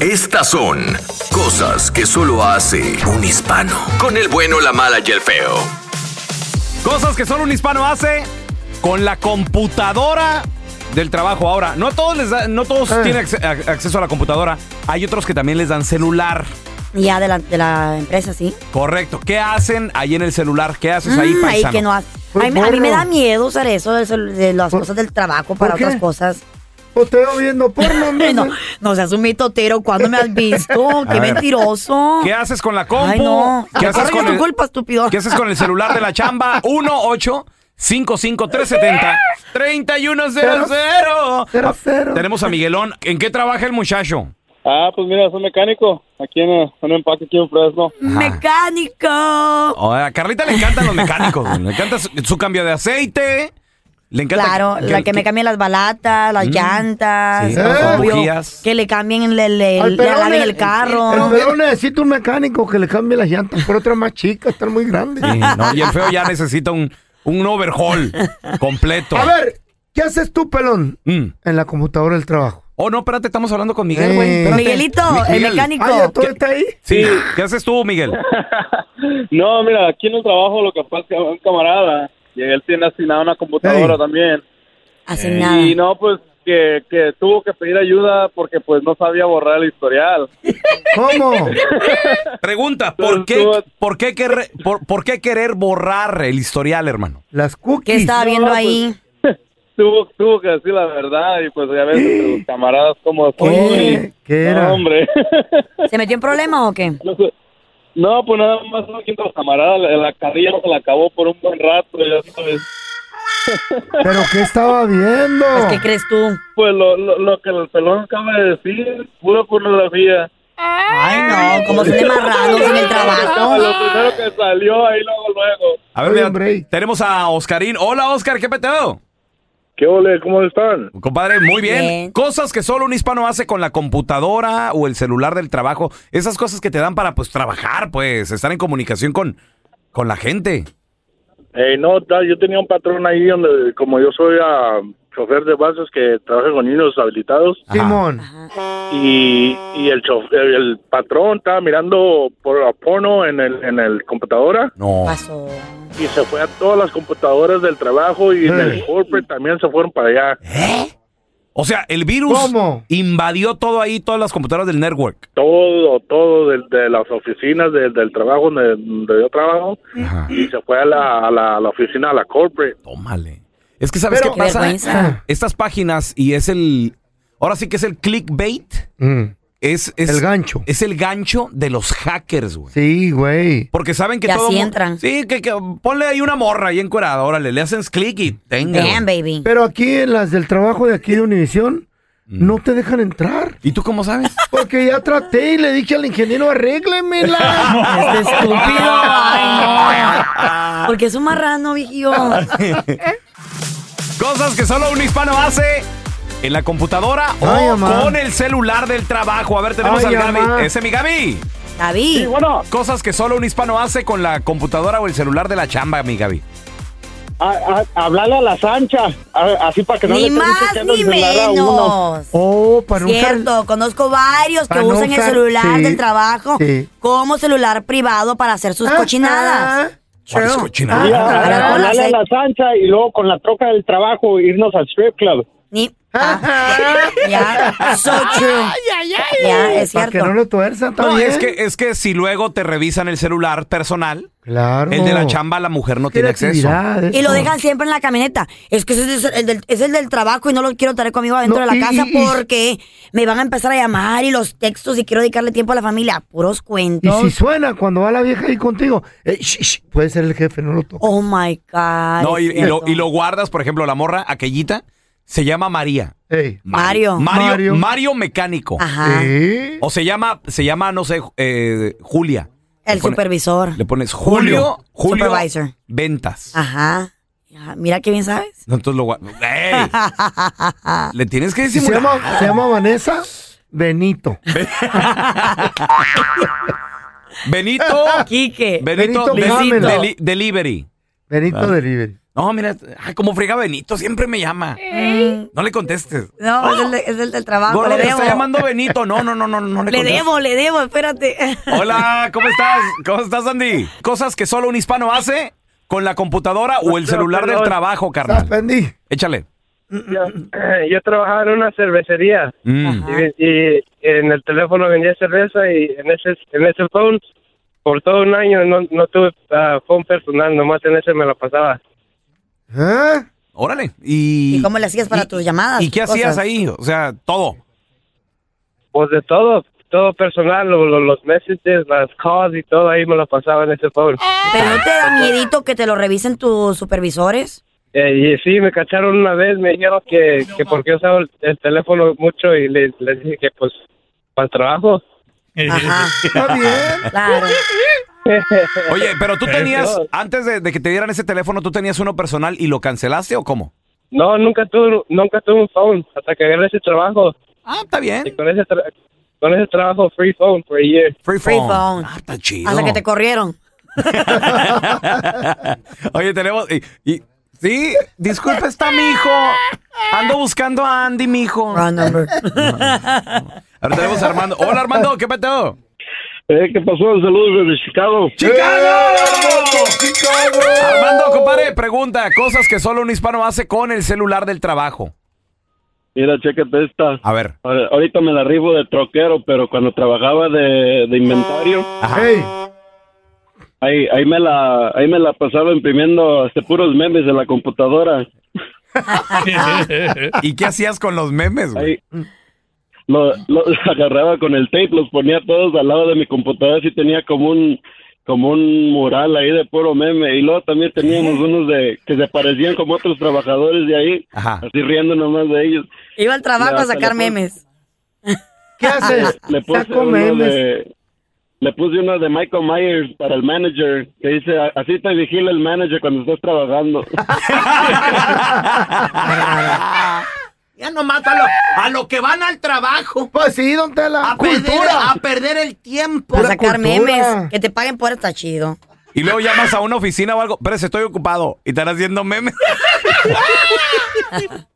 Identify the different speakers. Speaker 1: Estas son cosas que solo hace un hispano. Con el bueno, la mala y el feo.
Speaker 2: Cosas que solo un hispano hace con la computadora del trabajo. Ahora, no a todos les da- no todos
Speaker 3: Eh.
Speaker 2: tienen acce- a- acceso a la computadora. Hay otros que también les dan celular.
Speaker 3: Ya de la, de la empresa, sí.
Speaker 2: Correcto. ¿Qué hacen ahí en el celular? ¿Qué haces Pues ahí,
Speaker 3: Mm, ahí
Speaker 2: paisano? Pues
Speaker 3: que no hace. A mí, a mí me da miedo usar eso del cel- de las cosas del trabajo para
Speaker 4: qué?
Speaker 3: otras cosas.
Speaker 4: Pues te veo viendo porno,
Speaker 3: no, no seas un mitotero. ¿Cuándo me has visto?
Speaker 2: A
Speaker 3: ¡Qué
Speaker 2: ver.
Speaker 3: mentiroso!
Speaker 2: ¿Qué haces con la compu?
Speaker 3: Ay, no.
Speaker 2: ¿Qué haces
Speaker 3: Ahora
Speaker 2: con
Speaker 3: es tu
Speaker 2: el-
Speaker 3: culpa, estúpido.
Speaker 2: ¿Qué haces con el celular de la chamba? 1 8 55 370 3100 Tenemos a Miguelón. ¿En qué trabaja el muchacho?
Speaker 5: Ah, pues mira, soy mecánico. Aquí en eh, un empaque, aquí en Fresno.
Speaker 3: ¡Mecánico!
Speaker 2: Oh, a Carlita le encantan los mecánicos. güey. Le encanta su, su cambio de aceite. Le encanta
Speaker 3: Claro, la que me cambie las balatas, las
Speaker 2: Mm.
Speaker 3: llantas,
Speaker 2: Sí,
Speaker 3: obvio,
Speaker 2: las bujías.
Speaker 3: que le cambien el, el, el-
Speaker 4: Al
Speaker 3: le
Speaker 4: pelón
Speaker 3: alaben
Speaker 4: le-
Speaker 3: el carro.
Speaker 4: El feo necesita un mecánico que le cambie las llantas por otras más chicas, están muy grandes.
Speaker 2: Sí, no, y el feo ya necesita un, un overhaul completo.
Speaker 4: A ver, ¿qué haces tú, pelón?
Speaker 2: Mm.
Speaker 4: En la computadora del trabajo.
Speaker 2: Oh, no, espérate, estamos hablando con Miguel,
Speaker 4: Eh.
Speaker 2: güey. espérate.
Speaker 3: Miguelito,
Speaker 2: Mi-
Speaker 3: el
Speaker 2: Miguel.
Speaker 3: mecánico.
Speaker 4: Ah, ya todo está ahí.
Speaker 2: Sí, ¿qué haces tú, Miguel?
Speaker 5: No, mira, aquí en el trabajo lo que pasa es que un camarada, y él tiene asignada una computadora
Speaker 4: Ey. Ah.
Speaker 5: también.
Speaker 3: Hace nada.
Speaker 5: Y no, pues que, que tuvo que pedir ayuda porque pues no sabía borrar el historial.
Speaker 4: ¿Cómo?
Speaker 2: Pregunta, ¿por
Speaker 5: Tú-
Speaker 2: qué,
Speaker 5: tú-
Speaker 2: por, qué querer, por, por qué querer borrar el historial, hermano?
Speaker 4: Las cookies.
Speaker 3: ¿Qué estaba viendo ahí?
Speaker 5: Tuvo, tuvo que decir la verdad y pues ya ves entre los camaradas como son.
Speaker 4: ¿Qué? ¿Qué
Speaker 5: No,
Speaker 4: era?
Speaker 5: hombre.
Speaker 3: ¿Se metió en problemas o qué?
Speaker 5: No sé. No, pues nada más uno aquí entre los camaradas, la, la carrilla se la acabó por un buen rato, ya sabes.
Speaker 4: ¿Pero qué estaba viendo?
Speaker 3: Pues, ¿Qué crees tú?
Speaker 5: Pues lo, lo, lo que el pelón acaba de decir, pura pornografía.
Speaker 3: Ay, no, como son de marranos en el trabajo.
Speaker 5: Ah, Lo primero que salió ahí luego, luego.
Speaker 2: A ver,
Speaker 4: Oye,
Speaker 2: mira,
Speaker 4: hombre.
Speaker 2: tenemos a Oscarín. Hola, Oscar, ¿qué peteo?
Speaker 5: ¿Qué ole? ¿Cómo están?
Speaker 2: Compadre, muy bien.
Speaker 3: Bien.
Speaker 2: Cosas que solo un hispano hace con la computadora o el celular del trabajo. Esas cosas que te dan para, pues, trabajar, pues, estar en comunicación con, con la gente.
Speaker 6: Eh, no, ta- yo tenía un patrón ahí donde, como yo soy ah, chofer de bases que trabaja con niños habilitados,
Speaker 2: Ajá.
Speaker 4: Simón.
Speaker 6: y, y el, chof- el, el patrón estaba mirando por porno en el, en el computadora
Speaker 2: No.
Speaker 3: Pasó.
Speaker 6: y se fue a todas las computadoras del trabajo y en
Speaker 4: Eh.
Speaker 6: el corporate también se fueron para allá.
Speaker 2: O sea, el virus
Speaker 4: ¿Cómo?
Speaker 2: invadió todo ahí, todas las computadoras del network.
Speaker 6: Todo, todo de, de las oficinas del- del trabajo donde, donde yo trabajo
Speaker 2: Ajá.
Speaker 6: y se fue a la, a la, a la oficina, a la corporate.
Speaker 2: Tómale. Es que, ¿sabes
Speaker 4: Pero-
Speaker 2: qué pasa?
Speaker 3: vergüenza.
Speaker 2: Estas páginas y es el... Ahora sí que es el clickbait.
Speaker 4: Mm.
Speaker 2: Es, es-
Speaker 4: El gancho.
Speaker 2: Es el gancho de los hackers, güey.
Speaker 4: Sí, güey.
Speaker 2: Porque saben que
Speaker 3: Y
Speaker 2: todo
Speaker 3: así
Speaker 2: mu-
Speaker 3: entran.
Speaker 2: Sí, que, que ponle ahí una morra ahí encuerada, órale, le haces clic y tenga.
Speaker 3: Damn, baby.
Speaker 4: Pero aquí en las del trabajo de aquí de Univisión,
Speaker 2: Mm.
Speaker 4: no te dejan entrar.
Speaker 2: ¿Y tú cómo sabes?
Speaker 4: Porque ya traté y le dije al ingeniero, arréglemela.
Speaker 3: Este estúpido. Ay, no. Porque es un marrano, viejillo.
Speaker 2: Cosas que solo un hispano hace en la computadora
Speaker 4: Ay,
Speaker 2: o
Speaker 4: amá.
Speaker 2: con el celular del trabajo. A ver, tenemos
Speaker 4: Ay,
Speaker 2: al Gaby.
Speaker 4: amá.
Speaker 2: Ese mi Gaby.
Speaker 3: David.
Speaker 5: Bueno,
Speaker 2: Cosas que solo un hispano hace con la computadora o el celular de la chamba, mi Gaby.
Speaker 5: a, a- hablarle a las anchas, a- así para que no le
Speaker 3: Ni
Speaker 5: estén
Speaker 3: más
Speaker 5: chequeando
Speaker 3: ni
Speaker 5: el celular a uno.
Speaker 3: menos.
Speaker 4: Oh, para un car-
Speaker 3: Cierto, conozco varios que
Speaker 4: para no
Speaker 3: usan el
Speaker 4: usar-
Speaker 3: celular
Speaker 4: sí,
Speaker 3: del trabajo
Speaker 4: sí.
Speaker 3: como celular privado para hacer sus
Speaker 4: Ah,
Speaker 3: cochinadas.
Speaker 4: ah.
Speaker 2: ¿Cuáles
Speaker 3: True.
Speaker 2: cochinadas?
Speaker 5: Mira,
Speaker 3: Ah,
Speaker 5: a-
Speaker 3: ah,
Speaker 5: hablarle a
Speaker 3: ah,
Speaker 5: las anchas y luego con la troca del trabajo irnos al strip club.
Speaker 3: Ni- ah, ya, so true. Ya, es
Speaker 4: Para que
Speaker 3: cierto.
Speaker 4: no lo tuerza, está
Speaker 2: No,
Speaker 4: bien.
Speaker 2: es que, es que si luego te revisan el celular personal,
Speaker 4: Claro.
Speaker 2: el de la chamba, la mujer no tiene acceso.
Speaker 4: Creatividad,
Speaker 3: Y lo
Speaker 4: eso.
Speaker 3: dejan siempre en la camioneta. Es que ese es el del, es el del trabajo y no lo quiero traer conmigo adentro
Speaker 4: No,
Speaker 3: de la
Speaker 4: y-
Speaker 3: casa
Speaker 4: y- y-
Speaker 3: porque me van a empezar a llamar y los textos y quiero dedicarle tiempo a la familia. Puros
Speaker 4: Y si
Speaker 3: cuentos.
Speaker 4: suena cuando va la vieja ahí contigo, eh, sh- sh, puede ser el jefe, no lo toques.
Speaker 3: Oh my God.
Speaker 2: No,
Speaker 3: es
Speaker 2: y, y lo,
Speaker 3: cierto.
Speaker 2: y lo guardas, por ejemplo, la morra, aquellita, se llama María.
Speaker 4: Ey.
Speaker 3: Mario.
Speaker 2: Mario. Mario,
Speaker 4: Mario.
Speaker 2: mecánico.
Speaker 3: Ajá.
Speaker 4: Sí.
Speaker 2: O se llama, se llama, no sé, eh, Julia.
Speaker 3: El
Speaker 2: Le pone-
Speaker 3: supervisor.
Speaker 2: Le pones Julio, Julio,
Speaker 3: Supervisor. Ah.
Speaker 2: Ventas.
Speaker 3: Ajá. Ajá. Mira qué bien sabes.
Speaker 2: Entonces lo guardas. ¡Ey! Le tienes que
Speaker 4: Si se,
Speaker 2: disimular.
Speaker 4: llama, se llama Vanessa Benito.
Speaker 2: Benito,
Speaker 3: Quique.
Speaker 2: Benito,
Speaker 4: Benito
Speaker 2: Deli-
Speaker 4: Gámela.
Speaker 2: Deli- Delivery.
Speaker 4: Benito
Speaker 2: Ah.
Speaker 4: Delivery.
Speaker 2: No, mira, ay, como frega Benito, siempre me llama. No le contestes.
Speaker 3: Mm, No, es, el, de- es el del trabajo.
Speaker 2: Gordo,
Speaker 3: Ah, le
Speaker 2: te
Speaker 3: debo.
Speaker 2: está llamando Benito. No, no, no, no, no le
Speaker 3: le
Speaker 2: contestes.
Speaker 3: debo, le debo, espérate.
Speaker 2: Hola, ¿cómo estás? ¿Cómo estás, Andy? Cosas que solo un hispano hace con la computadora o el celular del trabajo, carnal.
Speaker 4: Andy.
Speaker 2: Échale.
Speaker 7: Yo, Eh, yo trabajaba en una cervecería
Speaker 2: Mm.
Speaker 7: y, y en el teléfono vendía cerveza y en ese en ese phone por todo un año no, no tuve ah, phone personal, nomás en ese me la pasaba.
Speaker 4: ¿Eh?
Speaker 2: Órale. ¿Y,
Speaker 3: ¿Y cómo le hacías para tus llamadas?
Speaker 2: ¿Y qué
Speaker 3: tus
Speaker 2: hacías
Speaker 3: cosas?
Speaker 2: ahí? O sea, todo.
Speaker 7: Pues de todo, todo personal, lo- lo- los messages, las calls y todo ahí me la pasaba en ese phone.
Speaker 3: ¿Pero no te da miedito que te lo revisen tus supervisores?
Speaker 7: Eh, y sí, me cacharon una vez, me dijeron que, que porque usaba el, el teléfono mucho y les, les dije que pues para el trabajo.
Speaker 2: Eh,
Speaker 3: Ajá,
Speaker 4: Está bien.
Speaker 3: claro.
Speaker 2: Oye, pero tú tenías, antes de, de que te dieran ese teléfono, ¿tú tenías uno personal y lo cancelaste o cómo?
Speaker 7: No, nunca tuve, nunca tuve un phone hasta que agarré ese trabajo.
Speaker 2: Ah, está
Speaker 7: Y
Speaker 2: bien.
Speaker 7: con ese, tra- con ese trabajo, free phone eh. for a year.
Speaker 2: Free
Speaker 3: Free
Speaker 2: phone.
Speaker 3: phone.
Speaker 2: Ah, está chido.
Speaker 3: Hasta que te corrieron.
Speaker 2: Oye, tenemos. Y, y- sí, disculpa, está mi hijo. Ando buscando a Andy, mi hijo.
Speaker 3: Wrong number.
Speaker 2: Ahora tenemos a Armando. Hola, Armando, ¿qué peteo?
Speaker 6: Eh, ¿Qué pasó? Saludos desde Chicago. ¡Eh,
Speaker 2: Armando, compadre, pregunta: cosas que solo un hispano hace con el celular del trabajo.
Speaker 6: Mira, chécate esta.
Speaker 2: A ver.
Speaker 6: Ahora- Ahorita me la ribo de troquero, pero cuando trabajaba de, de inventario,
Speaker 2: Ajá.
Speaker 4: Hey,
Speaker 7: Ah.
Speaker 6: ahí, ahí, me la, ahí me la pasaba imprimiendo hasta puros memes de la computadora.
Speaker 2: ¿Y qué hacías con los memes, güey?
Speaker 6: Ahí lo- los agarraba con el tape, los ponía todos al lado de mi computadora, así tenía como un como un mural ahí de puro meme y luego también teníamos unos de que se parecían como otros trabajadores de ahí,
Speaker 2: Ajá.
Speaker 6: así riendo nomás de ellos.
Speaker 3: Iba al trabajo
Speaker 6: Ya,
Speaker 3: a sacar
Speaker 6: teléfono.
Speaker 3: memes.
Speaker 4: ¿qué haces?
Speaker 6: Le puse
Speaker 4: Saco
Speaker 6: uno
Speaker 4: memes.
Speaker 6: de le puse uno de Michael Myers para el manager que dice así te vigila el manager cuando estás trabajando.
Speaker 8: Ya no mátalo. A lo que van al trabajo.
Speaker 4: Pues sí, don Tela.
Speaker 8: A perder, a perder el tiempo.
Speaker 3: A
Speaker 4: Pura
Speaker 3: sacar
Speaker 4: cultura.
Speaker 3: memes. Que te paguen por estar chido.
Speaker 2: Y luego llamas a una oficina o algo. Pero estoy ocupado. Y estarás haciendo memes.